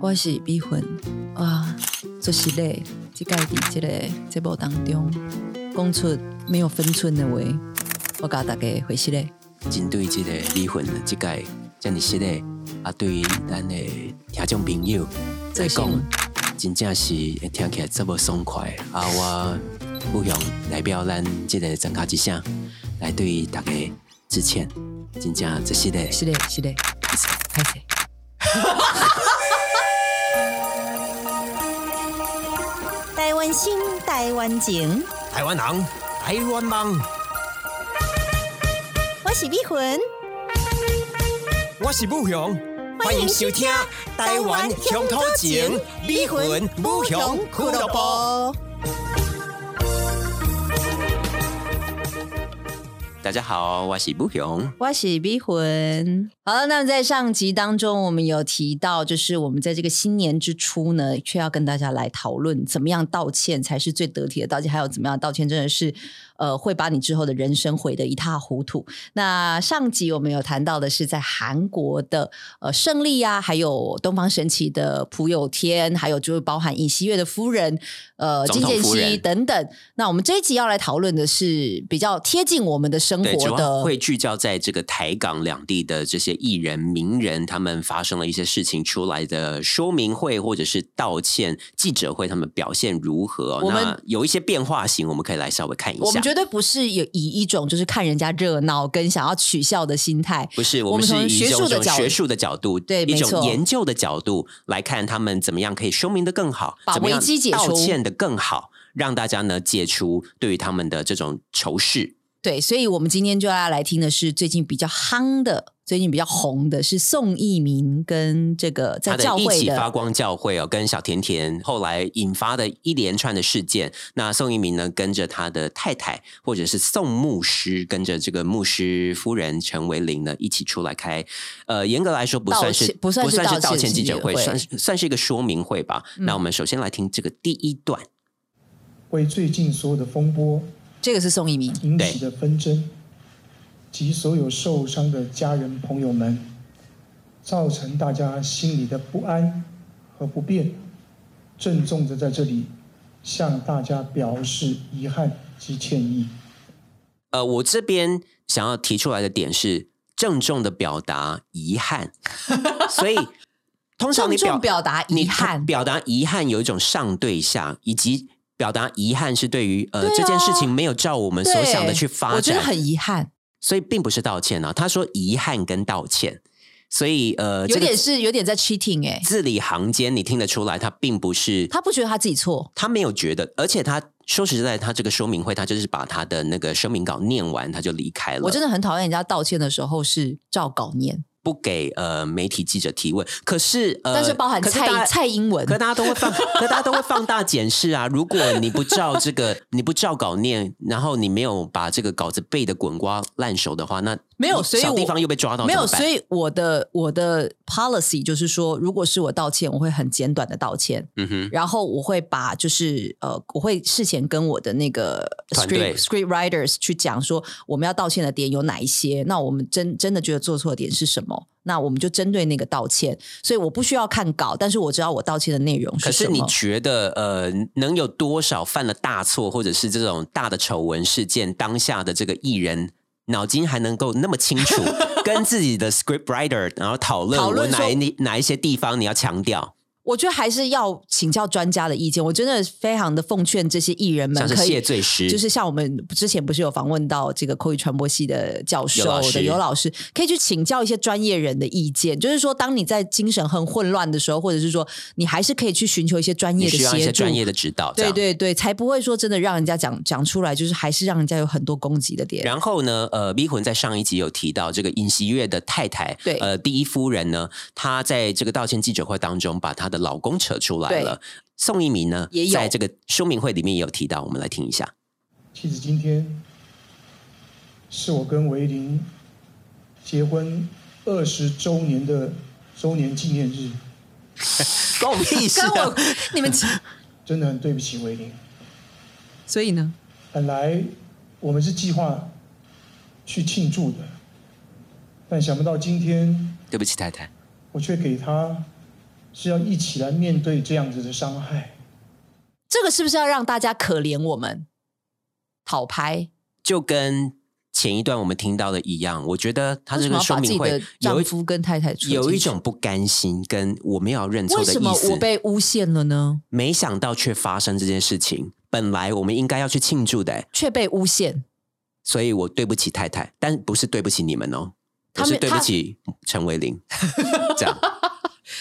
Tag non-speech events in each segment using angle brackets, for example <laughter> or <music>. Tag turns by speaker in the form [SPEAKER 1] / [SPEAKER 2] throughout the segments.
[SPEAKER 1] 我是美魂，哇，就是累，即个伫即个节目当中讲出没有分寸的话，我甲大家回信嘞。
[SPEAKER 2] 针对即个离婚的即个遮尔实的，啊，对于咱的听众朋友来
[SPEAKER 1] 做
[SPEAKER 2] 讲
[SPEAKER 1] 成，
[SPEAKER 2] 真正是会听起来这么爽快。啊，我不用代表咱即个庄卡之声来对大家致歉，真正这实的
[SPEAKER 1] 是嘞，是嘞，
[SPEAKER 2] 拍摄。
[SPEAKER 1] 开始。
[SPEAKER 3] <laughs> 台湾心，台湾情，
[SPEAKER 4] 台湾人，台湾梦，
[SPEAKER 3] 我是美魂，
[SPEAKER 4] 我是武雄，欢迎收听《台湾乡土情》美魂武雄俱乐部。。
[SPEAKER 2] 大家好，我是武雄。
[SPEAKER 1] 我是逼魂。好了，那么在上集当中，我们有提到，就是我们在这个新年之初呢，却要跟大家来讨论怎么样道歉才是最得体的道歉，还有怎么样道歉真的是，呃，会把你之后的人生毁得一塌糊涂。那上集我们有谈到的是在韩国的呃胜利呀、还有东方神起的朴有天，还有就是包含尹锡悦的夫人，呃，
[SPEAKER 2] 总
[SPEAKER 1] 金
[SPEAKER 2] 统
[SPEAKER 1] 建
[SPEAKER 2] 夫
[SPEAKER 1] 熙
[SPEAKER 2] 人
[SPEAKER 1] 等等。那我们这一集要来讨论的是比较贴近我们的生
[SPEAKER 2] 对，主
[SPEAKER 1] 活
[SPEAKER 2] 要
[SPEAKER 1] 的
[SPEAKER 2] 会聚焦在这个台港两地的这些艺人、名人，他们发生了一些事情出来的说明会或者是道歉记者会，他们表现如何哦？
[SPEAKER 1] 我们
[SPEAKER 2] 那有一些变化型，我们可以来稍微看一
[SPEAKER 1] 我
[SPEAKER 2] 下
[SPEAKER 1] 们。绝对不是有以一种就是看人家热闹跟想要取笑的心态，
[SPEAKER 2] 不是，
[SPEAKER 1] 我
[SPEAKER 2] 我
[SPEAKER 1] 们
[SPEAKER 2] 们是
[SPEAKER 1] 从
[SPEAKER 2] 以
[SPEAKER 1] 学
[SPEAKER 2] 一
[SPEAKER 1] 术
[SPEAKER 2] 种
[SPEAKER 1] 的
[SPEAKER 2] 种
[SPEAKER 1] 角
[SPEAKER 2] 学术的角度，
[SPEAKER 1] 对
[SPEAKER 2] 一
[SPEAKER 1] 没
[SPEAKER 2] 种
[SPEAKER 1] 错
[SPEAKER 2] 研究的角度来看他们怎么样可以说明的更好，
[SPEAKER 1] 把
[SPEAKER 2] 怎么样
[SPEAKER 1] 危机解
[SPEAKER 2] 道
[SPEAKER 1] 除
[SPEAKER 2] 歉的更好，让大家呢解除对于他们的这种仇视。
[SPEAKER 1] 对，所以我们今天就要来听的是最近比较夯的、最近比较红的是宋一鸣跟这个在
[SPEAKER 2] 他
[SPEAKER 1] 教
[SPEAKER 2] 的一
[SPEAKER 1] 会
[SPEAKER 2] 起
[SPEAKER 1] 的
[SPEAKER 2] 发光教会哦，跟小甜甜后来引发的一连串的事件。那宋一鸣呢，跟着他的太太或者是宋牧师，跟着这个牧师夫人陈维玲呢，一起出来开。呃，严格来说不
[SPEAKER 1] 道
[SPEAKER 2] 算是
[SPEAKER 1] 歉不算是
[SPEAKER 2] 是
[SPEAKER 1] 道
[SPEAKER 2] 道
[SPEAKER 1] 歉
[SPEAKER 2] 歉
[SPEAKER 1] 记
[SPEAKER 2] 记者
[SPEAKER 1] 者
[SPEAKER 2] 会，
[SPEAKER 1] 会嗯
[SPEAKER 2] 算是算是一个说明会吧。那我们首先来听这个第一段。
[SPEAKER 5] 为最近所有的风波
[SPEAKER 1] 这个是宋一鸣，
[SPEAKER 5] 引起的纷争及所有受伤的家人朋友们，造成大家心里的不安和不便，郑重的在这里向大家表示遗憾及歉意。
[SPEAKER 2] 呃，我这边想要提出来的点是郑重的表达
[SPEAKER 1] <laughs>
[SPEAKER 2] 遗憾，所以通常你
[SPEAKER 1] 郑
[SPEAKER 2] 表
[SPEAKER 1] 重表达遗憾
[SPEAKER 2] 你表达遗憾有一种上对下，以及表达遗憾是对于呃
[SPEAKER 1] 对啊
[SPEAKER 2] 这件事情没有照我们所
[SPEAKER 1] 对
[SPEAKER 2] 想的去发
[SPEAKER 1] 我觉得
[SPEAKER 2] 展，
[SPEAKER 1] 很遗憾，
[SPEAKER 2] 所以并不是道歉啊。他说遗憾跟道歉，所以呃，
[SPEAKER 1] 有
[SPEAKER 2] 这
[SPEAKER 1] 点
[SPEAKER 2] 个
[SPEAKER 1] 是有点在 cheating 哎、
[SPEAKER 2] 字里行间你听得出来，他并不是
[SPEAKER 1] 他不觉得他自己错，
[SPEAKER 2] 他没有觉得，而且他说实在，他这个说明会他就是把他的那个声明稿念完他就离开了，
[SPEAKER 1] 我真的很讨厌人家道歉的时候是照稿念，
[SPEAKER 2] 不给呃媒体记者提问，可是呃，
[SPEAKER 1] 但是包含
[SPEAKER 2] 可大
[SPEAKER 1] 蔡
[SPEAKER 2] 家
[SPEAKER 1] 蔡英文
[SPEAKER 2] 可，大家都会
[SPEAKER 1] <laughs>
[SPEAKER 2] 放，可大家都会放大检视啊。如果你不照这个， <laughs> 你不照稿念，然后你没有把这个稿子背的滚瓜烂熟的话，那
[SPEAKER 1] 没有所以
[SPEAKER 2] 小
[SPEAKER 1] 我
[SPEAKER 2] 地方又被抓到
[SPEAKER 1] 没有，
[SPEAKER 2] 怎么办
[SPEAKER 1] 所以我的我的 policy 就是说，如果是我道歉，我会很简短的道歉，
[SPEAKER 2] 嗯哼，
[SPEAKER 1] 然后我会把就是呃，我会事前跟我的那个
[SPEAKER 2] 团队
[SPEAKER 1] script script writers 去讲说我们要道歉的点有哪一些，那我们真真的觉得做错的点是什么，那我们就针对那个道歉。所以我不需要看稿，但是我知道我道歉的内容
[SPEAKER 2] 可
[SPEAKER 1] 是
[SPEAKER 2] 是
[SPEAKER 1] 什
[SPEAKER 2] 你
[SPEAKER 1] 么。
[SPEAKER 2] 觉得呃，能有多少犯了大错，或者是这种大的丑闻事件，当下的这个艺人脑筋还能够那么清
[SPEAKER 1] <laughs>
[SPEAKER 2] 楚，跟自己的 script writer 然后讨论
[SPEAKER 1] 讨
[SPEAKER 2] 我
[SPEAKER 1] 论
[SPEAKER 2] 哪
[SPEAKER 1] 说
[SPEAKER 2] 一哪一些地方你要强调，
[SPEAKER 1] 我觉得还是要请教专家的意见。我真的非常的奉劝这些艺人们
[SPEAKER 2] 像是
[SPEAKER 1] 可以
[SPEAKER 2] 谢罪师，
[SPEAKER 1] 就是像我们之前不是有访问到这个口语传播系的教授
[SPEAKER 2] 尤老师
[SPEAKER 1] 的尤老师，可以去请教一些专业人的意见。就是说，当你在精神很混乱的时候，或者是说你还是可以去寻求一些专
[SPEAKER 2] 你
[SPEAKER 1] 业的
[SPEAKER 2] 需要一
[SPEAKER 1] 协
[SPEAKER 2] 些
[SPEAKER 1] 助。
[SPEAKER 2] 专业的指导，这
[SPEAKER 1] 对
[SPEAKER 2] 样
[SPEAKER 1] 对对，才不会说真的让人家讲讲出来，就是还是让人家有很多攻击的点。
[SPEAKER 2] 然后呢，呃，V 魂在上一集有提到这个尹锡悦的太太，
[SPEAKER 1] 对
[SPEAKER 2] 呃，第一夫人呢，她在这个道歉记者会当中把她的老公扯出来了。宋一鸣呢
[SPEAKER 1] 也，有
[SPEAKER 2] 在这个说明会里面也有提到，我们来听一下。
[SPEAKER 5] 其实今天是我跟维林结婚二十周年的周年纪念日，
[SPEAKER 2] 关我屁事
[SPEAKER 1] 跟
[SPEAKER 2] 啊！ <laughs>
[SPEAKER 1] 我你们，
[SPEAKER 5] 真的很对不起维林。
[SPEAKER 1] <laughs> 所以呢，
[SPEAKER 5] 本来我们是计划去庆祝的，但想不到今天
[SPEAKER 2] 对不起，太太，
[SPEAKER 5] 我却给他是要一起来面对这样子的伤害。
[SPEAKER 1] 这个是不是要让大家可怜我们？讨拍，
[SPEAKER 2] 就跟前一段我们听到的一样，我觉得他这
[SPEAKER 1] 为什么
[SPEAKER 2] 个
[SPEAKER 1] 要
[SPEAKER 2] 说
[SPEAKER 1] 把自己
[SPEAKER 2] 明会
[SPEAKER 1] 的
[SPEAKER 2] 有
[SPEAKER 1] 丈
[SPEAKER 2] 一
[SPEAKER 1] 夫跟太太扯
[SPEAKER 2] 有
[SPEAKER 1] 进
[SPEAKER 2] 一
[SPEAKER 1] 去
[SPEAKER 2] 种不甘心，跟我们要认错
[SPEAKER 1] 为
[SPEAKER 2] 的
[SPEAKER 1] 什么
[SPEAKER 2] 意
[SPEAKER 1] 我
[SPEAKER 2] 思。
[SPEAKER 1] 被诬陷了呢？
[SPEAKER 2] 没想到却发生这件事情，本来我们应该要去庆祝的、欸
[SPEAKER 1] 却被诬陷，
[SPEAKER 2] 所以我对不起太太，但不是对不起你们哦，
[SPEAKER 1] 他
[SPEAKER 2] 我是
[SPEAKER 1] 们
[SPEAKER 2] 对不
[SPEAKER 1] 他
[SPEAKER 2] 起陈
[SPEAKER 1] <laughs>
[SPEAKER 2] 维林，这样。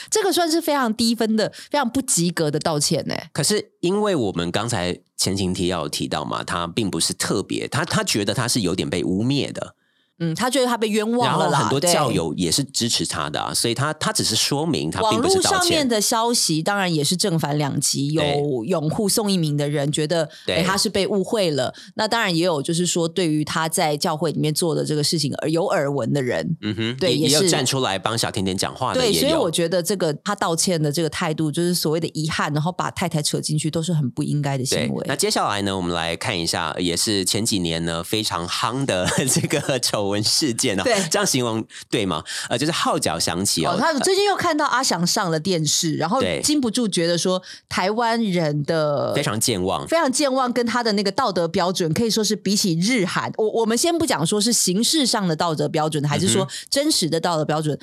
[SPEAKER 1] 这个算是非常低分的、非常不及格的道歉呢、
[SPEAKER 2] 可是因为我们刚才前情提要有提到嘛，他并不是特别，他他觉得他是有点被污蔑的，
[SPEAKER 1] 嗯，他觉得他被冤
[SPEAKER 2] 然
[SPEAKER 1] 枉
[SPEAKER 2] 后
[SPEAKER 1] 了啦。
[SPEAKER 2] 很多
[SPEAKER 1] 对
[SPEAKER 2] 教友也是支持他的、啊，所以他他只是说明他
[SPEAKER 1] 网
[SPEAKER 2] 并不是
[SPEAKER 1] 络
[SPEAKER 2] 道
[SPEAKER 1] 上面
[SPEAKER 2] 歉。
[SPEAKER 1] 的消息当然也是正反两极，有
[SPEAKER 2] 对
[SPEAKER 1] 拥护宋一鸣的人觉得，
[SPEAKER 2] 对
[SPEAKER 1] 哎，他是被误会了；那当然也有就是说，对于他在教会里面做的这个事情而有耳闻的人。
[SPEAKER 2] 嗯哼，
[SPEAKER 1] 对
[SPEAKER 2] 也
[SPEAKER 1] 也
[SPEAKER 2] 有
[SPEAKER 1] 是
[SPEAKER 2] 站出来帮小甜甜讲话的，
[SPEAKER 1] 对，
[SPEAKER 2] 也
[SPEAKER 1] 所以
[SPEAKER 2] 有
[SPEAKER 1] 我觉得这个他道歉的这个态度，就是所谓的遗憾，然后把太太扯进去，都是很不应该的
[SPEAKER 2] 对
[SPEAKER 1] 行，
[SPEAKER 2] 那
[SPEAKER 1] 为。
[SPEAKER 2] 接下来呢，我们来看一下，也是前几年呢非常夯的这个 <laughs> 丑闻事件啊。
[SPEAKER 1] 对
[SPEAKER 2] 这样形容对吗？呃，就是号角响起哦
[SPEAKER 1] 哦，，他最近又看到阿翔上了电视，然后
[SPEAKER 2] 对
[SPEAKER 1] 禁不住觉得说，台湾人的
[SPEAKER 2] 非常健忘。
[SPEAKER 1] 非常健忘，跟他的那个道德标准可以说是比起日韩，我我们先不讲说是形式上的道德标准，还是
[SPEAKER 2] 嗯
[SPEAKER 1] 说真实的道德标准，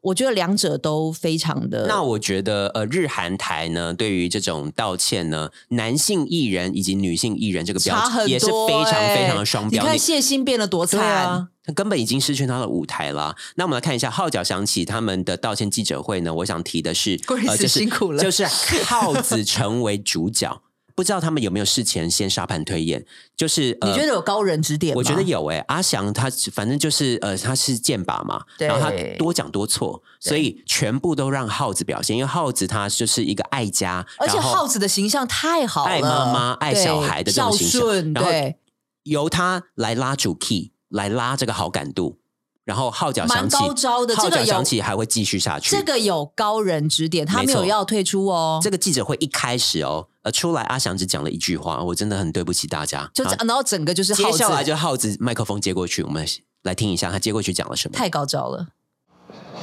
[SPEAKER 1] 我觉得两者都非常的。
[SPEAKER 2] 那我觉得，呃，日韩台呢，对于这种道歉呢，男性艺人以及女性艺人这个标
[SPEAKER 1] 差很多、
[SPEAKER 2] 也是非常
[SPEAKER 1] 欸
[SPEAKER 2] 非常的双标。
[SPEAKER 1] 你看
[SPEAKER 2] 你
[SPEAKER 1] 谢欣变得多
[SPEAKER 2] 对
[SPEAKER 1] 惨，
[SPEAKER 2] 啊，他根本已经失去他的舞台啦。那我们来看一下号角响起他们的道歉记者会呢。我想提的是，
[SPEAKER 1] Grace
[SPEAKER 2] 呃，就是
[SPEAKER 1] 辛苦了
[SPEAKER 2] 就是耗子成为主角。不知道他们有没有事前先沙盘推演？就是、呃、
[SPEAKER 1] 你觉得有高人指点吗？
[SPEAKER 2] 我觉得有诶、阿翔他反正就是呃，他是剑拔嘛，
[SPEAKER 1] 对
[SPEAKER 2] 然后他多讲多错，所以全部都让耗子表现，因为耗子他就是一个爱家，
[SPEAKER 1] 而且
[SPEAKER 2] 然后
[SPEAKER 1] 耗子的形象太好了，
[SPEAKER 2] 爱妈妈爱小
[SPEAKER 1] 对
[SPEAKER 2] 孩的这
[SPEAKER 1] 孝
[SPEAKER 2] 种形象
[SPEAKER 1] 顺，
[SPEAKER 2] 然后
[SPEAKER 1] 对，
[SPEAKER 2] 由他来拉主 key，来拉这个好感度，然后号角响
[SPEAKER 1] 蛮
[SPEAKER 2] 起，
[SPEAKER 1] 高招的。这
[SPEAKER 2] 号
[SPEAKER 1] 个
[SPEAKER 2] 角
[SPEAKER 1] 有
[SPEAKER 2] 响起还会继续下去。
[SPEAKER 1] 这个有高人指点，他
[SPEAKER 2] 没
[SPEAKER 1] 没有
[SPEAKER 2] 错
[SPEAKER 1] 要退出哦。
[SPEAKER 2] 这个记者会一开始哦，呃，出来阿翔只讲了一句话，我真的很对不起大家。
[SPEAKER 1] 就这
[SPEAKER 2] 啊
[SPEAKER 1] 样然后整个就是耗
[SPEAKER 2] 接
[SPEAKER 1] 子
[SPEAKER 2] 下来就耗子麦克风接过去，我们来听一下他接过去讲了什么。
[SPEAKER 1] 太高招了，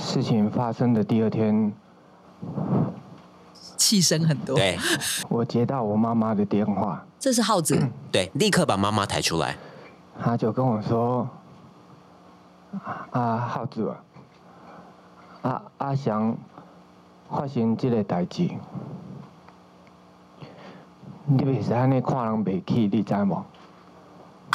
[SPEAKER 6] 事情发生的第二天，
[SPEAKER 1] 气声很多。
[SPEAKER 2] 对
[SPEAKER 6] 我接到我妈妈的电话，
[SPEAKER 1] 这是耗子。
[SPEAKER 2] 对，立刻把妈妈抬出来。
[SPEAKER 6] 她就跟我说：“啊，浩子啊，啊阿翔发生这个代志，你袂使安尼看人袂起，你知无？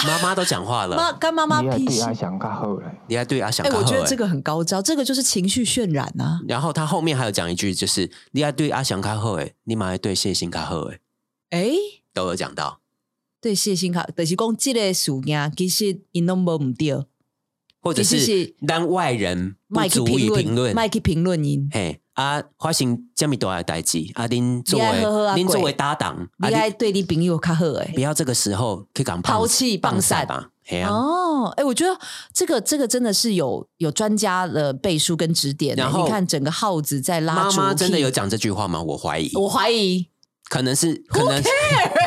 [SPEAKER 2] 妈妈都讲
[SPEAKER 1] 妈
[SPEAKER 2] 话了，
[SPEAKER 1] 干妈妈
[SPEAKER 6] 你要
[SPEAKER 1] 屁
[SPEAKER 6] 对
[SPEAKER 1] 事。
[SPEAKER 6] 阿翔较好嘞。
[SPEAKER 2] 你还对阿翔
[SPEAKER 1] 哎、
[SPEAKER 2] 较好欸、
[SPEAKER 1] 我觉得这个很高招，这个就是情绪渲染啊。
[SPEAKER 2] 然后他后面还有讲一句，就是你要对阿翔卡后哎，你妈要对谢欣卡后哎，
[SPEAKER 1] 哎、
[SPEAKER 2] 都有讲到，
[SPEAKER 1] 对谢欣卡，就是讲这个事件其实因拢无唔对，
[SPEAKER 2] 啊或者
[SPEAKER 1] 其实
[SPEAKER 2] 是
[SPEAKER 1] 是
[SPEAKER 2] 让外人不
[SPEAKER 1] 麦去
[SPEAKER 2] 足
[SPEAKER 1] 评
[SPEAKER 2] 以
[SPEAKER 1] 论，
[SPEAKER 2] 评论，
[SPEAKER 1] 麦去评论因，
[SPEAKER 2] 嘿啊，发生这么大的代志，啊，您作
[SPEAKER 1] 你要好好
[SPEAKER 2] 为
[SPEAKER 1] 啊
[SPEAKER 2] 您作
[SPEAKER 1] 过
[SPEAKER 2] 为搭档，啊，
[SPEAKER 1] 你爱
[SPEAKER 2] 你
[SPEAKER 1] 对你朋友较好诶
[SPEAKER 2] 不。要这个时候去讲
[SPEAKER 1] 抛弃
[SPEAKER 2] 棒
[SPEAKER 1] 棒散
[SPEAKER 2] 吧，嘿啊。
[SPEAKER 1] 哦，哎、我觉得这个这个真的是有有专家的背书跟指点、
[SPEAKER 2] 然
[SPEAKER 1] 欸。
[SPEAKER 2] 后
[SPEAKER 1] 你看整个耗子在拉
[SPEAKER 2] 妈妈
[SPEAKER 1] 主
[SPEAKER 2] 真的
[SPEAKER 1] 题
[SPEAKER 2] 有，讲这句话吗？我怀疑，
[SPEAKER 1] 我怀疑
[SPEAKER 2] 可能是，可能是。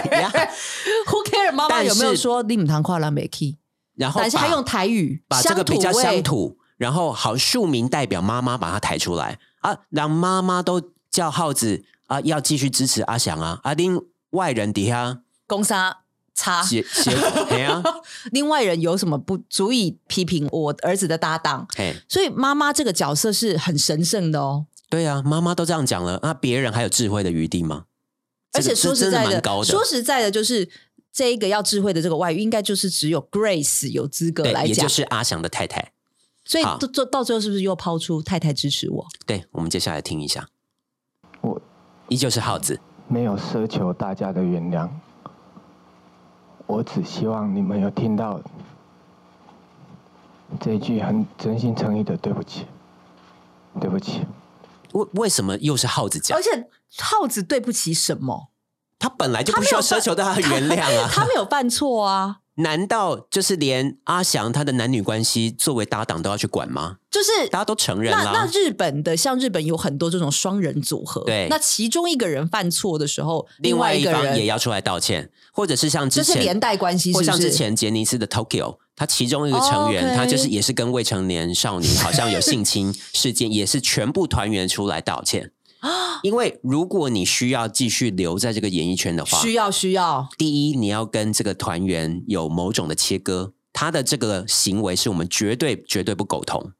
[SPEAKER 2] 然
[SPEAKER 1] Who care？妈妈
[SPEAKER 2] 但
[SPEAKER 1] 有没有
[SPEAKER 2] 是
[SPEAKER 1] 说你唔通跨栏没去？
[SPEAKER 2] <laughs> 然后
[SPEAKER 1] 但是
[SPEAKER 2] 把
[SPEAKER 1] <laughs> 还用台语，
[SPEAKER 2] 把这个比较
[SPEAKER 1] 欸
[SPEAKER 2] 乡土，然后好庶民代表妈妈把它抬出来啊，让妈妈都叫耗子啊，要继续支持阿翔啊，啊，另外人底下
[SPEAKER 1] 公杀差。
[SPEAKER 2] 写写
[SPEAKER 1] <laughs>
[SPEAKER 2] 嘿啊，
[SPEAKER 1] 另外人有什么不足以批评我儿子的搭档？
[SPEAKER 2] 嘿，
[SPEAKER 1] 所以妈妈这个角色是很神圣的哦。
[SPEAKER 2] 对啊，妈妈都这样讲了，那、别人还有智慧的余地吗？
[SPEAKER 1] 而
[SPEAKER 2] 这
[SPEAKER 1] 且
[SPEAKER 2] 个
[SPEAKER 1] 说实
[SPEAKER 2] 这
[SPEAKER 1] 在
[SPEAKER 2] 真的蛮高的，
[SPEAKER 1] 说实在的，就是这一个要智慧的这个外语，应该就是只有 Grace 有资格
[SPEAKER 2] 对，
[SPEAKER 1] 来
[SPEAKER 2] 也
[SPEAKER 1] 讲。
[SPEAKER 2] 就是啊阿翔的太太。
[SPEAKER 1] 所以
[SPEAKER 2] 好
[SPEAKER 1] 到到最后是不是又抛出太太支持我？
[SPEAKER 2] 对，我们接下来听一下，
[SPEAKER 6] 我
[SPEAKER 2] 依旧是耗子，
[SPEAKER 6] 没有奢求大家的原谅，我只希望你们有听到这一句很真心诚意的对不起，对不起。
[SPEAKER 2] 为为什么又是耗子讲
[SPEAKER 1] 而？且耗子对不起什么？
[SPEAKER 2] 他本来就
[SPEAKER 1] 他
[SPEAKER 2] 不
[SPEAKER 1] 没
[SPEAKER 2] 需要
[SPEAKER 1] 有
[SPEAKER 2] 奢求大家的原谅啊，
[SPEAKER 1] 他没有犯错啊，
[SPEAKER 2] 难道就是连阿翔他的男女关系作为搭档都要去管吗？
[SPEAKER 1] 就是
[SPEAKER 2] 大家都承认
[SPEAKER 1] 那
[SPEAKER 2] 啦。
[SPEAKER 1] 那日本的像日本有很多这种双人组合，
[SPEAKER 2] 对
[SPEAKER 1] 那其中一个人犯错的时候，
[SPEAKER 2] 另外
[SPEAKER 1] 一
[SPEAKER 2] 一
[SPEAKER 1] 个
[SPEAKER 2] 方
[SPEAKER 1] 人
[SPEAKER 2] 也要出来道歉，或者是像之
[SPEAKER 1] 这是
[SPEAKER 2] 前
[SPEAKER 1] 连带关系，是
[SPEAKER 2] 或
[SPEAKER 1] 不是？
[SPEAKER 2] 像之前杰尼斯的 Tokyo，他其中一个成员，
[SPEAKER 1] 哦，OK
[SPEAKER 2] 他就是
[SPEAKER 1] <laughs> <gasps>
[SPEAKER 2] 也是跟未成年少女好像有性侵事件，也是全部团员出来道歉。因为如果你需要继续留在这个演艺圈的话，
[SPEAKER 1] 需要需要，
[SPEAKER 2] 第一，你要跟这个团员有某种的切割，他的这个行为是我们绝对绝对不苟同。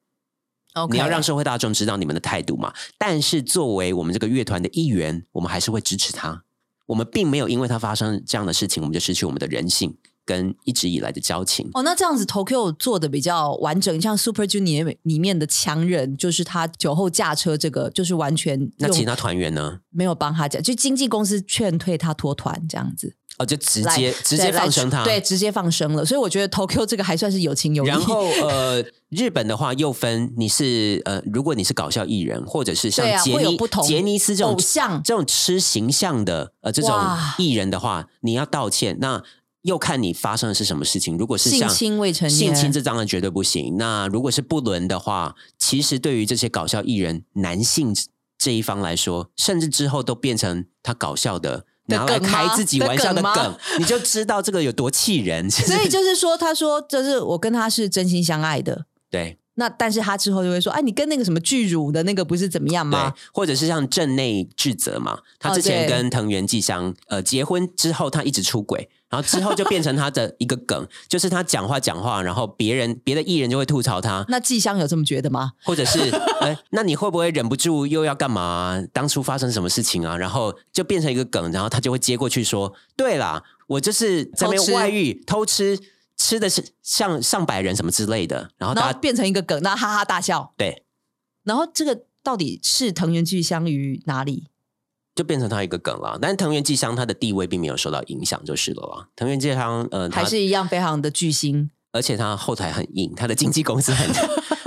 [SPEAKER 1] o k
[SPEAKER 2] 你要让社会大众知道你们的态度嘛。但是作为我们这个乐团的一员，我们还是会支持他。我们并没有因为他发生这样的事情，我们就失去我们的人性跟一直以来的交情。
[SPEAKER 1] 哦，那这样子 Tokyo 做的比较完整，像 Super Junior 里面的强人，就是他酒后驾车这个，就是完全
[SPEAKER 2] 那
[SPEAKER 1] 用
[SPEAKER 2] 其他团员呢？
[SPEAKER 1] 没有帮他讲，就经纪公司劝退他脱团这样子，
[SPEAKER 2] 哦，就直
[SPEAKER 1] 来
[SPEAKER 2] 接直接
[SPEAKER 1] 对来
[SPEAKER 2] 放生
[SPEAKER 1] <laughs>
[SPEAKER 2] 他。
[SPEAKER 1] 对，直接放生了。所以我觉得 Tokyo 这个还算是有情有义。
[SPEAKER 2] 然后呃，日本的话又分你是呃，如果你是搞笑艺人，或者是像
[SPEAKER 1] 对啊
[SPEAKER 2] 杰
[SPEAKER 1] 会有
[SPEAKER 2] 尼、
[SPEAKER 1] 不同
[SPEAKER 2] 杰尼斯这种
[SPEAKER 1] 偶像
[SPEAKER 2] 这种吃形象的呃这种
[SPEAKER 1] 哇
[SPEAKER 2] 艺人的话，你要道歉。那又看你发生的是什么事情。如果是
[SPEAKER 1] 性
[SPEAKER 2] 像
[SPEAKER 1] 侵未成年
[SPEAKER 2] 性侵这当然绝对不行。那如果是不伦的话，其实对于这些搞笑艺人，男性这一方来说，甚至之后都变成他搞笑的。
[SPEAKER 1] 的
[SPEAKER 2] 拿来
[SPEAKER 1] 梗吗
[SPEAKER 2] 开自己
[SPEAKER 1] 的
[SPEAKER 2] 玩笑的
[SPEAKER 1] 梗吗
[SPEAKER 2] 梗，你就知道这个有多气人。
[SPEAKER 1] 所以就是说，他说就是我跟他是真心相爱的，
[SPEAKER 2] 对，
[SPEAKER 1] 那但是他之后就会说，哎，你跟那个什么巨乳的那个不是怎么样吗
[SPEAKER 2] 对？，或者是像镇内智则嘛，他
[SPEAKER 1] 哦
[SPEAKER 2] 之前
[SPEAKER 1] 对
[SPEAKER 2] 跟藤原纪香、呃结婚之后，他一直出轨，然后之后就变成他的一个梗， <laughs> 就是他讲话讲话，然后别人别的艺人就会吐槽他，
[SPEAKER 1] 那季香有这么觉得吗？
[SPEAKER 2] 或者
[SPEAKER 1] <laughs>
[SPEAKER 2] 是哎，那你会不会忍不住又要干嘛啊、当初发生什么事情啊？然后就变成一个梗，然后他就会接过去说，对啦，我就是在那
[SPEAKER 1] 偷
[SPEAKER 2] 边
[SPEAKER 1] 吃
[SPEAKER 2] 外遇偷吃。吃的是像上百人什么之类的，然后
[SPEAKER 1] 然
[SPEAKER 2] 大
[SPEAKER 1] 后
[SPEAKER 2] 家
[SPEAKER 1] 变成一个梗，那哈哈大笑。
[SPEAKER 2] 对，
[SPEAKER 1] 然后这个到底是藤原巨香于哪里？
[SPEAKER 2] 就变成他一个梗了。但是藤原纪香他的地位并没有受到影响，就是了啦。藤原纪香，呃，他
[SPEAKER 1] 还是一样非常的巨星。
[SPEAKER 2] 而且他后台很硬，他的经纪公
[SPEAKER 1] <laughs>
[SPEAKER 2] 司很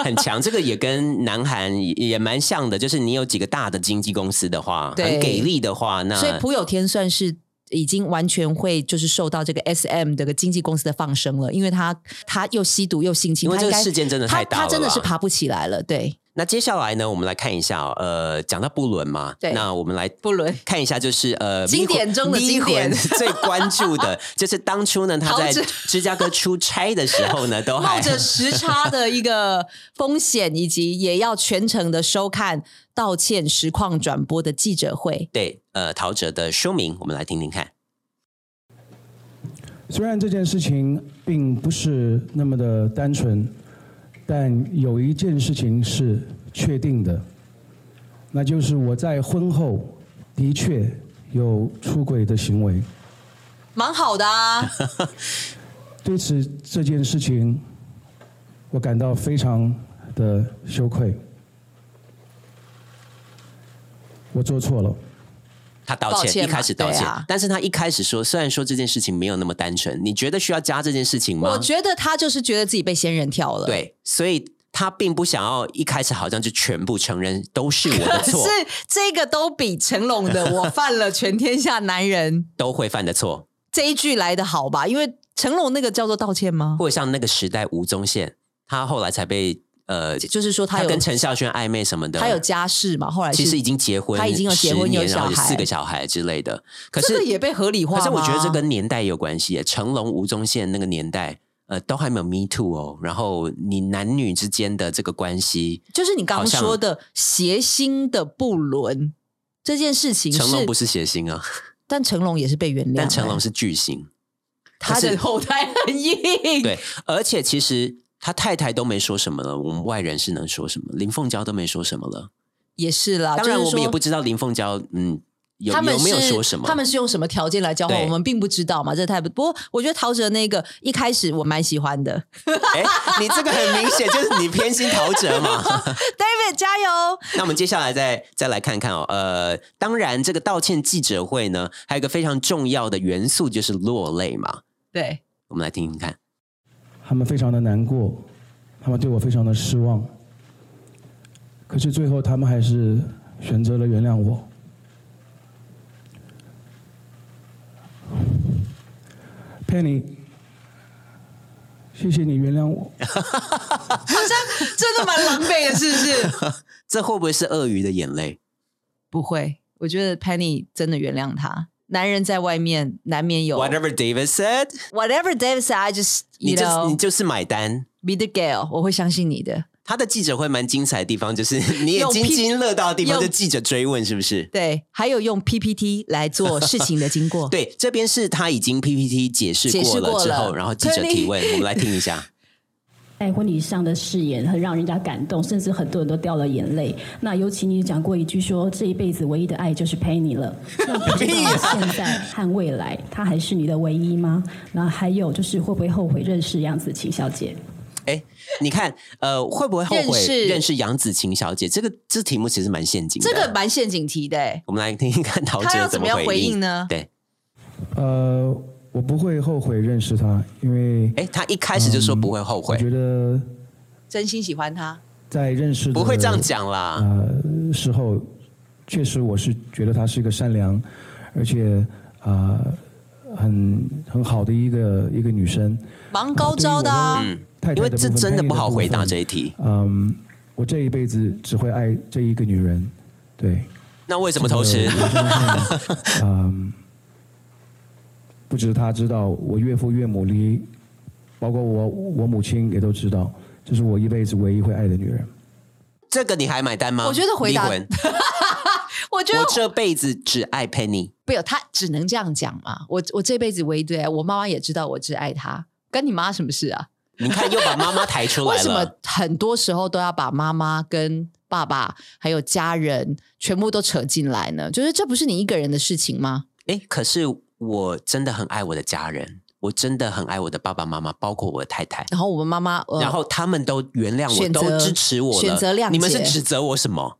[SPEAKER 2] 很强，这个也跟南韩也也蛮像的，就是你有几个大的经纪公司的话，
[SPEAKER 1] 对
[SPEAKER 2] 很给力的话，那
[SPEAKER 1] 所以朴有天算是已经完全会就是受到这个 S M 这个经纪公司的放生了，因为他他又吸毒又性侵，
[SPEAKER 2] 因为
[SPEAKER 1] 他
[SPEAKER 2] 这
[SPEAKER 1] 应
[SPEAKER 2] 个
[SPEAKER 1] 该
[SPEAKER 2] 事件真的太大
[SPEAKER 1] 他，
[SPEAKER 2] 了啦
[SPEAKER 1] 他真的是爬不起来了。对，
[SPEAKER 2] 那接下来呢，我们来看一下哦、呃，讲到布伦嘛，
[SPEAKER 1] 对
[SPEAKER 2] 那我们来
[SPEAKER 1] 布伦
[SPEAKER 2] 看一下，就是呃，
[SPEAKER 1] 经典中的经典
[SPEAKER 2] 迷魂 <laughs> 最关注的就是当初呢，他在
[SPEAKER 1] 逃之
[SPEAKER 2] 芝加哥出差的时候呢，都还
[SPEAKER 1] 冒着时差的一个风险，以及也要全程的收看道歉实况转播的记者会。
[SPEAKER 2] 对呃陶喆的说明，我们来听听看。
[SPEAKER 7] 虽然这件事情并不是那么的单纯，但有一件事情是确定的，那就是我在婚后的确有出轨的行为。
[SPEAKER 1] 蛮好的啊，
[SPEAKER 2] <laughs>
[SPEAKER 7] 对此这件事情，我感到非常的羞愧，我做错了。
[SPEAKER 2] 他道
[SPEAKER 1] 抱
[SPEAKER 2] 歉，
[SPEAKER 1] 歉
[SPEAKER 2] 一
[SPEAKER 1] 嘛
[SPEAKER 2] 开始道歉，
[SPEAKER 1] 对啊
[SPEAKER 2] 但是他一开始说，虽然说这件事情没有那么单纯，你觉得需要加这件事情吗？
[SPEAKER 1] 我觉得他就是觉得自己被仙人跳了。。
[SPEAKER 2] 对，所以他并不想要一开始好像就全部承认都是我的
[SPEAKER 1] 可 <laughs>
[SPEAKER 2] 错
[SPEAKER 1] 是，这个都比成龙的“我犯了全天下男人
[SPEAKER 2] 都会犯的错，”
[SPEAKER 1] 这一句来的好吧？因为成龙那个叫做道歉吗？
[SPEAKER 2] 或者像那个时代吴宗宪，他后来才被呃，
[SPEAKER 1] 就是说他
[SPEAKER 2] 他
[SPEAKER 1] 有
[SPEAKER 2] 跟陈孝萱暧昧什么的，
[SPEAKER 1] 他有家室嘛，后来
[SPEAKER 2] 其
[SPEAKER 1] 是
[SPEAKER 2] 实已经结婚，
[SPEAKER 1] 他已经有结婚有
[SPEAKER 2] 年，然后有
[SPEAKER 1] 小孩
[SPEAKER 2] 四个小孩之类的，可
[SPEAKER 1] 这
[SPEAKER 2] 是
[SPEAKER 1] 个也啊被合理化吗。
[SPEAKER 2] 可是我觉得这跟年代有关系耶，成龙、吴宗宪那个年代，呃，都还没有 Me Too 哦。然后你男女之间的这个关系，
[SPEAKER 1] 就是你刚刚
[SPEAKER 2] 好像
[SPEAKER 1] 说的谐星的不伦这件事情是，
[SPEAKER 2] 成龙不是谐星啊，
[SPEAKER 1] 但成龙也是被原谅了，
[SPEAKER 2] 但成龙是巨星。
[SPEAKER 1] 他
[SPEAKER 2] 可
[SPEAKER 1] 的
[SPEAKER 2] 是
[SPEAKER 1] 后台很硬，
[SPEAKER 2] 对，而且其实他太太都没说什么了，我们外人是能说什么？林凤娇都没说什么了。
[SPEAKER 1] 也是啦。
[SPEAKER 2] 当
[SPEAKER 1] 啊就
[SPEAKER 2] 然，
[SPEAKER 1] 是
[SPEAKER 2] 我
[SPEAKER 1] 说
[SPEAKER 2] 们也不知道林凤娇，嗯，有
[SPEAKER 1] 他们
[SPEAKER 2] 有
[SPEAKER 1] 是
[SPEAKER 2] 没有说什么？
[SPEAKER 1] 他们是用什么条件来交换？
[SPEAKER 2] 对
[SPEAKER 1] 我们并不知道嘛，这太不。不过我觉得陶喆那个一开始我蛮喜欢的
[SPEAKER 2] 哎，你这个很明显就是你偏心陶喆嘛。
[SPEAKER 1] <laughs> ，David 加油！
[SPEAKER 2] 那我们接下来再再来看看哦，呃，当然这个道歉记者会呢，还有一个非常重要的元素就是落泪嘛。
[SPEAKER 1] 对，
[SPEAKER 2] 我们来听听看，
[SPEAKER 7] 他们非常的难过，他们对我非常的失望。可是最后，他们还是选择了原谅我。Penny，谢谢你原
[SPEAKER 2] <laughs>
[SPEAKER 7] 谅我。
[SPEAKER 1] 真的蛮狼狈的，是不是？
[SPEAKER 2] 这会不会是鳄鱼的眼泪？
[SPEAKER 1] <laughs> 不会，我觉得 Penny 真的原谅他。男人在外面难免有
[SPEAKER 2] Whatever David said，
[SPEAKER 1] whatever David said, I just
[SPEAKER 2] 你
[SPEAKER 1] you
[SPEAKER 2] 就是
[SPEAKER 1] know
[SPEAKER 2] 你就是买单。
[SPEAKER 1] be the girl，我会相信你的。
[SPEAKER 2] 他的记者会蛮精彩的地方，就是 <laughs> 你也
[SPEAKER 1] 用
[SPEAKER 2] 津
[SPEAKER 1] 屁
[SPEAKER 2] 津乐道的地方，
[SPEAKER 1] 用
[SPEAKER 2] 就记者追问是不是？
[SPEAKER 1] 对，还有用 PPT 来做事情的经过。，
[SPEAKER 2] <laughs> 对，这边是他已经 PPT 解释
[SPEAKER 1] 哦解
[SPEAKER 2] 过
[SPEAKER 1] 释
[SPEAKER 2] 了
[SPEAKER 1] 过
[SPEAKER 2] 之
[SPEAKER 1] 了
[SPEAKER 2] 后，然后记者
[SPEAKER 1] 所以你 <laughs>
[SPEAKER 2] 提问，我们来听一下。
[SPEAKER 8] 在婚礼上的誓言很让人家感动，甚至很多人都掉了眼泪。那尤其你讲过一句说，这一辈子唯一的爱就是陪你了。那不知道现在和未来，他还是你的唯一吗？然后还有就是会不会后悔认识杨紫晴小姐？
[SPEAKER 2] 哎，你看，呃，会不会后
[SPEAKER 1] 认
[SPEAKER 2] 悔
[SPEAKER 1] 识
[SPEAKER 2] 认识杨紫晴小姐？这个这题目其实蛮陷阱的。
[SPEAKER 1] 这个蛮陷阱题的、欸。
[SPEAKER 2] 我们来听听看陶
[SPEAKER 1] 他
[SPEAKER 2] 喆
[SPEAKER 1] 要
[SPEAKER 2] 怎
[SPEAKER 1] 怎么样
[SPEAKER 2] 回
[SPEAKER 1] 回应呢
[SPEAKER 2] 对，
[SPEAKER 7] 呃，我不会后悔认识他，因为
[SPEAKER 2] 哎，他一开始就说不会后
[SPEAKER 7] 嗯我
[SPEAKER 2] 悔，
[SPEAKER 7] 觉得
[SPEAKER 1] 真心喜欢他，
[SPEAKER 7] 在认识的
[SPEAKER 2] 不会这样讲啦。
[SPEAKER 7] 呃时候，确实我是觉得他是一个善良，而且啊、呃很很好的一个一个女生。
[SPEAKER 1] 蛮高招的啊。
[SPEAKER 2] 嗯，
[SPEAKER 7] 太太
[SPEAKER 2] 因为
[SPEAKER 7] 的
[SPEAKER 2] 这
[SPEAKER 7] 部分
[SPEAKER 2] 真的
[SPEAKER 7] 太太
[SPEAKER 2] 不好
[SPEAKER 7] 部
[SPEAKER 2] 回答
[SPEAKER 7] 分
[SPEAKER 2] 这一题。
[SPEAKER 7] 嗯，我这一辈子只会爱这一个女人，对。
[SPEAKER 2] 那为什么偷吃？ <laughs>
[SPEAKER 7] 嗯，不止他知道，我岳父岳母离，包括我我母亲也都知道，这是我一辈子唯一会爱的女人。
[SPEAKER 2] 这个你还买单吗？
[SPEAKER 1] 我觉得回答
[SPEAKER 2] 离婚
[SPEAKER 1] 我觉得
[SPEAKER 2] 我这辈子只爱 Penny。
[SPEAKER 1] 没有，他只能这样讲嘛。我我这辈子唯一对爱，我妈妈也知道我只爱她，跟你妈什么事啊？
[SPEAKER 2] 你看，又把妈妈抬出
[SPEAKER 1] <laughs> 为
[SPEAKER 2] 来
[SPEAKER 1] 什么
[SPEAKER 2] 了。
[SPEAKER 1] 很多时候都要把妈妈跟爸爸还有家人全部都扯进来呢？就是这不是你一个人的事情吗？
[SPEAKER 2] 哎，可是我真的很爱我的家人，我真的很爱我的爸爸妈妈，包括我的太太。
[SPEAKER 1] 然后我们妈妈，呃、
[SPEAKER 2] 然后他们都原谅我，
[SPEAKER 1] 选择
[SPEAKER 2] 都支持我了。
[SPEAKER 1] 选择谅解
[SPEAKER 2] 你们是指责我什么？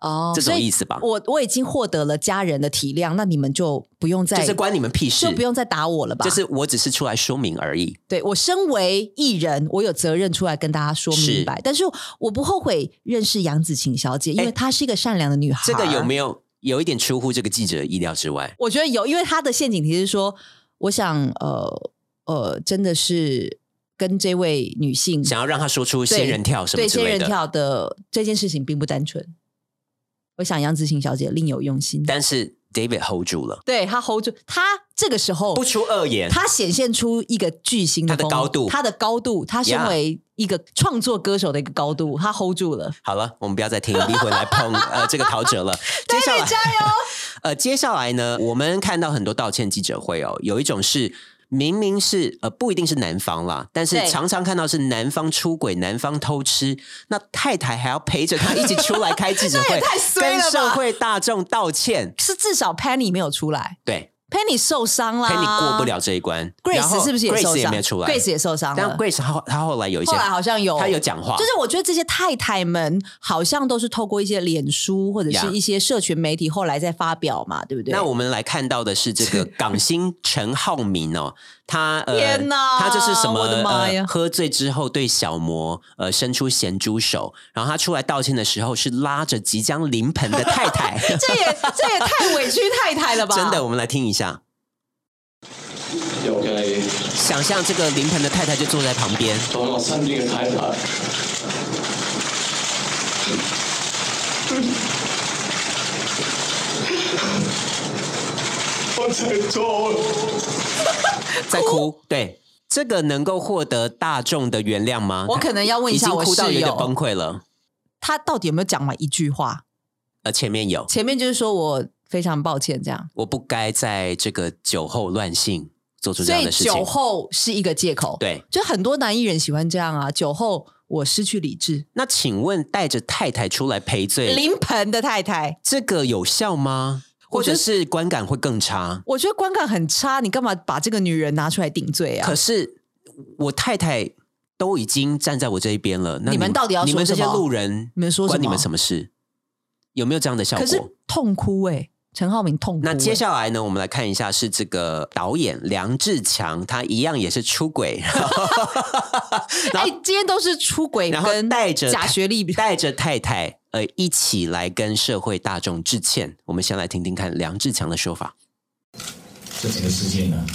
[SPEAKER 1] 哦，
[SPEAKER 2] 这种意思吧啊
[SPEAKER 1] 所以我我已经获得了家人的体谅，那你们就不用再
[SPEAKER 2] 就是关你们屁事，
[SPEAKER 1] 就不用再打我了吧？
[SPEAKER 2] 就是我只是出来说明而已。
[SPEAKER 1] 对我身为艺人，我有责任出来跟大家说明白。但是我不后悔认识杨紫晴小姐，因为她是一个善良的女孩。
[SPEAKER 2] 哎这个有没有有一点出乎这个记者的意料之外？
[SPEAKER 1] 我觉得有，因为她的陷阱题是说，我想呃呃，真的是跟这位女性
[SPEAKER 2] 想要让他说出
[SPEAKER 1] 嗯对
[SPEAKER 2] 仙人跳什么
[SPEAKER 1] 对
[SPEAKER 2] 之
[SPEAKER 1] 仙
[SPEAKER 2] 类
[SPEAKER 1] 人
[SPEAKER 2] 的，
[SPEAKER 1] 跳的这件事情并不单纯。我想杨紫晴小姐另有用心，
[SPEAKER 2] 但是 David hold 住了，
[SPEAKER 1] 对她 hold 住，她这个时候
[SPEAKER 2] 不出恶言。
[SPEAKER 1] 哦他显现出一个巨星的
[SPEAKER 2] 他的
[SPEAKER 1] 风格
[SPEAKER 2] 高度
[SPEAKER 1] 他的高度，他身
[SPEAKER 2] Yeah
[SPEAKER 1] 为一个创作歌手的一个高度，他 hold 住了。
[SPEAKER 2] 好了，我们不要再听离婚来碰呃这个陶
[SPEAKER 1] <laughs>
[SPEAKER 2] 喆了。接下来加油。呃，接下来呢，我们看到很多道歉记者会哦，有一种是。明明是呃不一定是男方啦，但是
[SPEAKER 1] 对
[SPEAKER 2] 常常看到是男方出轨、男方偷吃，那太太还要陪着他一起出来开记者
[SPEAKER 1] <laughs> 那
[SPEAKER 2] 会
[SPEAKER 1] 也太，衰了
[SPEAKER 2] 跟
[SPEAKER 1] 吧
[SPEAKER 2] 社会大众道
[SPEAKER 1] <laughs>
[SPEAKER 2] 歉。
[SPEAKER 1] 是至少 Penny 没有出来
[SPEAKER 2] 对，
[SPEAKER 1] ，Penny 受伤啦
[SPEAKER 2] 陪你过不。了这一关。然后
[SPEAKER 1] Grace 是不是也受
[SPEAKER 2] Grace 也
[SPEAKER 1] 伤
[SPEAKER 2] 没有出来
[SPEAKER 1] Grace 也受伤
[SPEAKER 2] 但
[SPEAKER 1] 了。
[SPEAKER 2] Grace 后她后来有一些，
[SPEAKER 1] 后来好像有
[SPEAKER 2] 她有啊讲话，
[SPEAKER 1] 就是我觉得这些太太们好像都是透过一些脸书或者
[SPEAKER 2] Yeah
[SPEAKER 1] 是一些社群媒体后来再发表嘛，对不对？
[SPEAKER 2] 那我们来看到的是这
[SPEAKER 1] <laughs>
[SPEAKER 2] 个港星陈浩民哦，他呃，
[SPEAKER 1] 天哪
[SPEAKER 2] 他就是什么
[SPEAKER 1] 我的妈呀
[SPEAKER 2] 呃，喝醉之后对小魔呃伸出咸猪手，然后他出来道歉的时候是拉着即将临盆的太太，
[SPEAKER 1] <laughs> 这也这也太委屈太太了吧？
[SPEAKER 2] 真的，我们来听一下，
[SPEAKER 9] 又計
[SPEAKER 2] 想象这个临盆的太太就坐在旁边，
[SPEAKER 9] 當我身邊嘅太太， <laughs> 我真錯。
[SPEAKER 2] 在哭，对。这个能够获得大众的原谅吗？
[SPEAKER 1] 我可能要问一下我
[SPEAKER 2] 已经哭到
[SPEAKER 1] 室
[SPEAKER 2] 有点
[SPEAKER 1] 友
[SPEAKER 2] 崩溃了。
[SPEAKER 1] 他到底有没有讲完一句话？
[SPEAKER 2] 呃，前面有，
[SPEAKER 1] 前面就是说我非常抱歉这样，
[SPEAKER 2] 我不该在这个酒后乱性做出这
[SPEAKER 1] 所
[SPEAKER 2] 样
[SPEAKER 1] 以
[SPEAKER 2] 的事情
[SPEAKER 1] 酒。后是一个借口。
[SPEAKER 2] 对，
[SPEAKER 1] 就很多男艺人喜欢这样啊，酒后我失去理智，
[SPEAKER 2] 那请问带着太太出来赔罪，
[SPEAKER 1] 临盆的太太，
[SPEAKER 2] 这个有效吗？或
[SPEAKER 1] 我觉
[SPEAKER 2] 者
[SPEAKER 1] 得
[SPEAKER 2] 是观感会更差？
[SPEAKER 1] 我觉得观感很差，你干嘛把这个女人拿出来顶罪啊
[SPEAKER 2] 可？是我太太都已经站在我这一边了，那
[SPEAKER 1] 你们到底要
[SPEAKER 2] 你们这
[SPEAKER 1] 说
[SPEAKER 2] 些
[SPEAKER 1] 什么
[SPEAKER 2] 路人，
[SPEAKER 1] 你们说什么
[SPEAKER 2] 关你们什么事？有没有这样的效
[SPEAKER 1] 可是
[SPEAKER 2] 果？
[SPEAKER 1] 痛哭哎、陈浩民痛哭欸、
[SPEAKER 2] 那接下来呢？我们来看一下，是这个导演梁志强，他一样也是出轨， <laughs>
[SPEAKER 1] 哎、今天都是出轨
[SPEAKER 2] 然后
[SPEAKER 1] 跟
[SPEAKER 2] 带着
[SPEAKER 1] 假学历，
[SPEAKER 2] 带着太太呃一起来跟社会大众致歉。我们先来听听看梁志强的说法，
[SPEAKER 10] 这整个事件呢，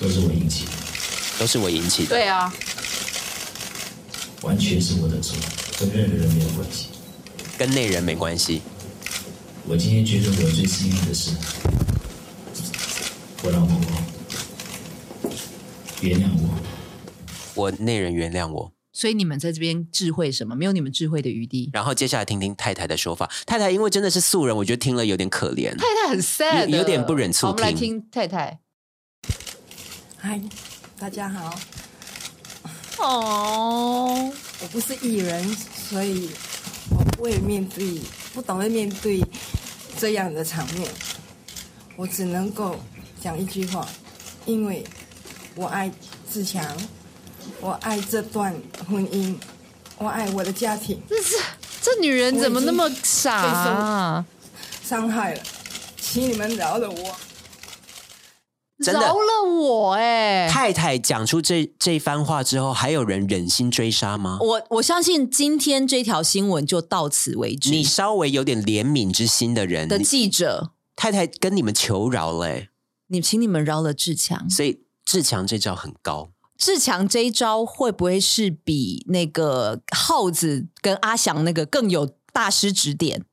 [SPEAKER 10] 都是我引起的，
[SPEAKER 2] 都是我引起的。
[SPEAKER 1] 对啊，
[SPEAKER 10] 完全是我的错，跟任何人没有关系。
[SPEAKER 2] 跟内人没关系。
[SPEAKER 10] 我今天觉得我最幸运的是，我老婆哦原谅我，
[SPEAKER 2] 我内人原谅我，
[SPEAKER 1] 所以你们在这边智慧什么？没有你们智慧的余地。
[SPEAKER 2] 然后接下来听听太太的说法。太太因为真的是素人，我觉得听了有点可怜。
[SPEAKER 1] 太太很 sad，
[SPEAKER 2] 有有点不忍触
[SPEAKER 1] 好我们来
[SPEAKER 2] 听
[SPEAKER 1] 听太太。
[SPEAKER 11] 嗨，大家好，
[SPEAKER 1] 哦，
[SPEAKER 11] 我不是艺人，所以我未面对，不懂得面对这样的场面，我只能够讲一句话，因为我爱自强，我爱这段婚姻，我爱我的家庭。
[SPEAKER 1] 这是这女人怎么那么傻啊？
[SPEAKER 11] 伤害了，请你们饶了我。
[SPEAKER 2] 真的
[SPEAKER 1] 饶了我哎、
[SPEAKER 2] 太太讲出这这番话之后，还有人忍心追杀吗？
[SPEAKER 1] 我我相信今天这条新闻就到此为止。
[SPEAKER 2] 你稍微有点怜悯之心的人，
[SPEAKER 1] 的
[SPEAKER 2] 你
[SPEAKER 1] 记者，
[SPEAKER 2] 太太跟你们求饶嘞、
[SPEAKER 1] 你请你们饶了志强。
[SPEAKER 2] 所以志强这招很高，
[SPEAKER 1] 志强这一招会不会是比那个耗子跟阿翔那个更有大师指点？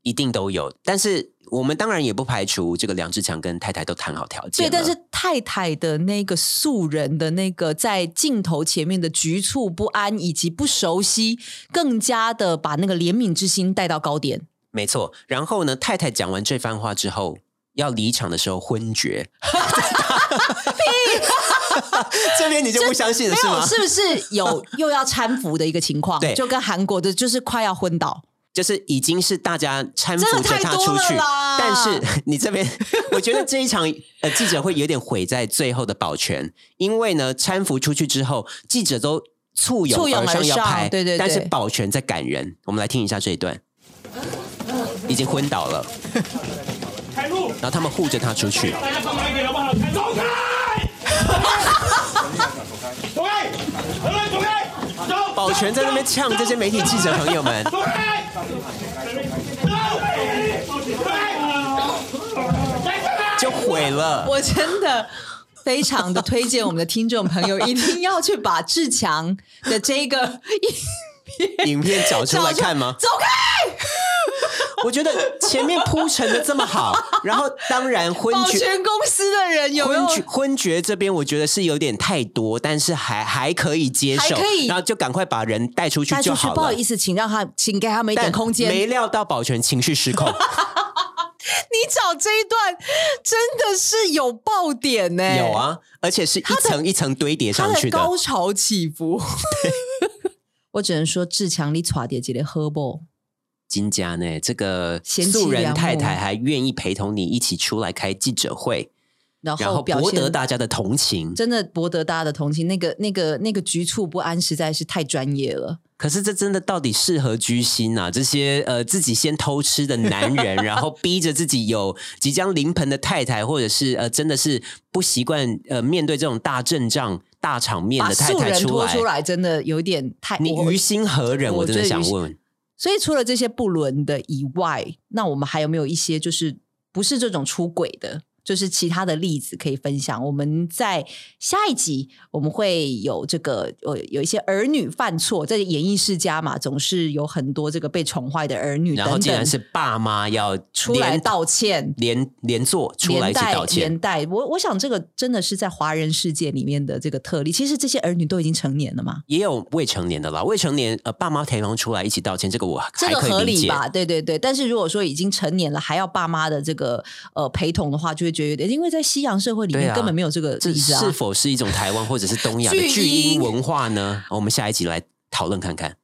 [SPEAKER 2] 一定都有。但是我们当然也不排除这个梁志强跟太太都谈好条件
[SPEAKER 1] 对，
[SPEAKER 2] 了，
[SPEAKER 1] 但是太太的那个素人的那个在镜头前面的局促不安以及不熟悉，更加的把那个怜悯之心带到高点。
[SPEAKER 2] 没错。然后呢，太太讲完这番话之后。要离场的时候昏厥， <laughs> 这边你就不相信了
[SPEAKER 1] 没
[SPEAKER 2] 是
[SPEAKER 1] 有，
[SPEAKER 2] 吗？
[SPEAKER 1] 是不是有又要搀扶的一个情况？
[SPEAKER 2] <laughs> 对
[SPEAKER 1] 就跟韩国的，就是快要昏倒。
[SPEAKER 2] 就是已经是大家搀
[SPEAKER 1] 真
[SPEAKER 2] 扶
[SPEAKER 1] 的
[SPEAKER 2] 着
[SPEAKER 1] 太
[SPEAKER 2] 他
[SPEAKER 1] 多
[SPEAKER 2] 出
[SPEAKER 1] 了
[SPEAKER 2] 去
[SPEAKER 1] 啦，
[SPEAKER 2] 但是你这边，我觉得这一场呃记者会有点毁在最后的保全，因为呢搀扶出去之后，记者都簇拥
[SPEAKER 1] 簇拥而
[SPEAKER 2] 上要
[SPEAKER 1] 上
[SPEAKER 2] 拍，
[SPEAKER 1] 对对
[SPEAKER 2] 但是
[SPEAKER 1] 对
[SPEAKER 2] 保全在赶人，我们来听一下这一段，已经昏倒了，
[SPEAKER 9] 开路！
[SPEAKER 2] 然后他们护着他出去，
[SPEAKER 9] 大家放慢一点，好不好？走开！走开！走开！走！
[SPEAKER 2] 保全在那边呛这些媒体记者朋友们，
[SPEAKER 9] 走开！走开！
[SPEAKER 2] 就毁 <laughs> 了。
[SPEAKER 1] 我真的非常的推荐我们的听众朋友一定要去把志强的这个
[SPEAKER 2] <laughs> 影片找出来看吗？
[SPEAKER 1] <laughs> 走开！
[SPEAKER 2] 我觉得前面铺陈的这么好，然后当然
[SPEAKER 1] <laughs>
[SPEAKER 2] 昏
[SPEAKER 1] 保
[SPEAKER 2] 厥。
[SPEAKER 1] 全公司的人有没有
[SPEAKER 2] 昏？厥昏厥这边我觉得是有点太多，但是还还可以接受，
[SPEAKER 1] 还可以
[SPEAKER 2] 然后就赶快把人带出去
[SPEAKER 1] 带
[SPEAKER 2] 就
[SPEAKER 1] 出去，
[SPEAKER 2] 好
[SPEAKER 1] 不好
[SPEAKER 2] 了。
[SPEAKER 1] 意思，请让他，请给他们一
[SPEAKER 2] 但
[SPEAKER 1] 点空间。
[SPEAKER 2] 没料到保全情绪失
[SPEAKER 1] <laughs>
[SPEAKER 2] 控，
[SPEAKER 1] 你找这一段真的是有爆点呢、
[SPEAKER 2] 有，啊，而且是一层一层堆叠
[SPEAKER 1] 哎他
[SPEAKER 2] 上去
[SPEAKER 1] 的
[SPEAKER 2] 的。
[SPEAKER 1] 高潮起伏。 <laughs> 我只能说，志强你耍点几的喝不？
[SPEAKER 2] 金家呢，这个
[SPEAKER 1] 贤妻良
[SPEAKER 2] 素
[SPEAKER 1] 母
[SPEAKER 2] 人太太还愿意陪同你一起出来开记者会，
[SPEAKER 1] 然
[SPEAKER 2] 然后
[SPEAKER 1] 后哦表
[SPEAKER 2] 博
[SPEAKER 1] 现
[SPEAKER 2] 得大家的同情。
[SPEAKER 1] 真的博得大家的同情。那个、那个、那个局促不安，实在是太专业了。
[SPEAKER 2] 可是这真的到底适合居心啊？这些呃自己先偷吃的男人，然后逼着自己有即将临盆的太太，或者是呃真的是不习惯呃面对这种大阵仗、大场面
[SPEAKER 1] 把
[SPEAKER 2] 的太
[SPEAKER 1] 素
[SPEAKER 2] 太
[SPEAKER 1] 人
[SPEAKER 2] 出
[SPEAKER 1] 拖
[SPEAKER 2] 来，
[SPEAKER 1] 出来，真的有点太
[SPEAKER 2] 你
[SPEAKER 1] 我
[SPEAKER 2] 于心何忍？我
[SPEAKER 1] 我
[SPEAKER 2] 真的
[SPEAKER 1] 觉得
[SPEAKER 2] 想
[SPEAKER 1] 于心
[SPEAKER 2] 问，
[SPEAKER 1] 所以除了这些不伦的以外，那我们还有没有一些就是不是这种出轨的，就是其他的例子可以分享？我们在下一集我们会有这个呃有一些儿女犯错，在演艺世家嘛，总是有很多这个被宠坏的儿女
[SPEAKER 2] 然后
[SPEAKER 1] 等
[SPEAKER 2] 竟然
[SPEAKER 1] 等
[SPEAKER 2] 是爸妈要
[SPEAKER 1] 出来
[SPEAKER 2] 连
[SPEAKER 1] 道歉。
[SPEAKER 2] 连连坐出
[SPEAKER 1] 连
[SPEAKER 2] 来一起
[SPEAKER 1] 带
[SPEAKER 2] 道歉
[SPEAKER 1] 连，带，我我想这个真的是在华人世界里面的这个特例。其实这些儿女都已经成年了嘛，
[SPEAKER 2] 也有未成年的啦，未成年呃爸妈陪同出来一起道歉，这个我
[SPEAKER 1] 这
[SPEAKER 2] 还
[SPEAKER 1] 个
[SPEAKER 2] 可
[SPEAKER 1] 合
[SPEAKER 2] 以理
[SPEAKER 1] 理
[SPEAKER 2] 解。
[SPEAKER 1] 吧？对对对。但是如果说已经成年了，还要爸妈的这个呃陪同的话，就会觉得有点，因为在西洋社会里
[SPEAKER 2] 对
[SPEAKER 1] 面
[SPEAKER 2] 啊
[SPEAKER 1] 根本没有这个
[SPEAKER 2] 这
[SPEAKER 1] 例子啊
[SPEAKER 2] 是。否是一种台湾或者是东亚
[SPEAKER 1] <laughs>
[SPEAKER 2] 的
[SPEAKER 1] 巨
[SPEAKER 2] 巨婴
[SPEAKER 1] 婴
[SPEAKER 2] 哦文化呢？我们下一集来讨论看看。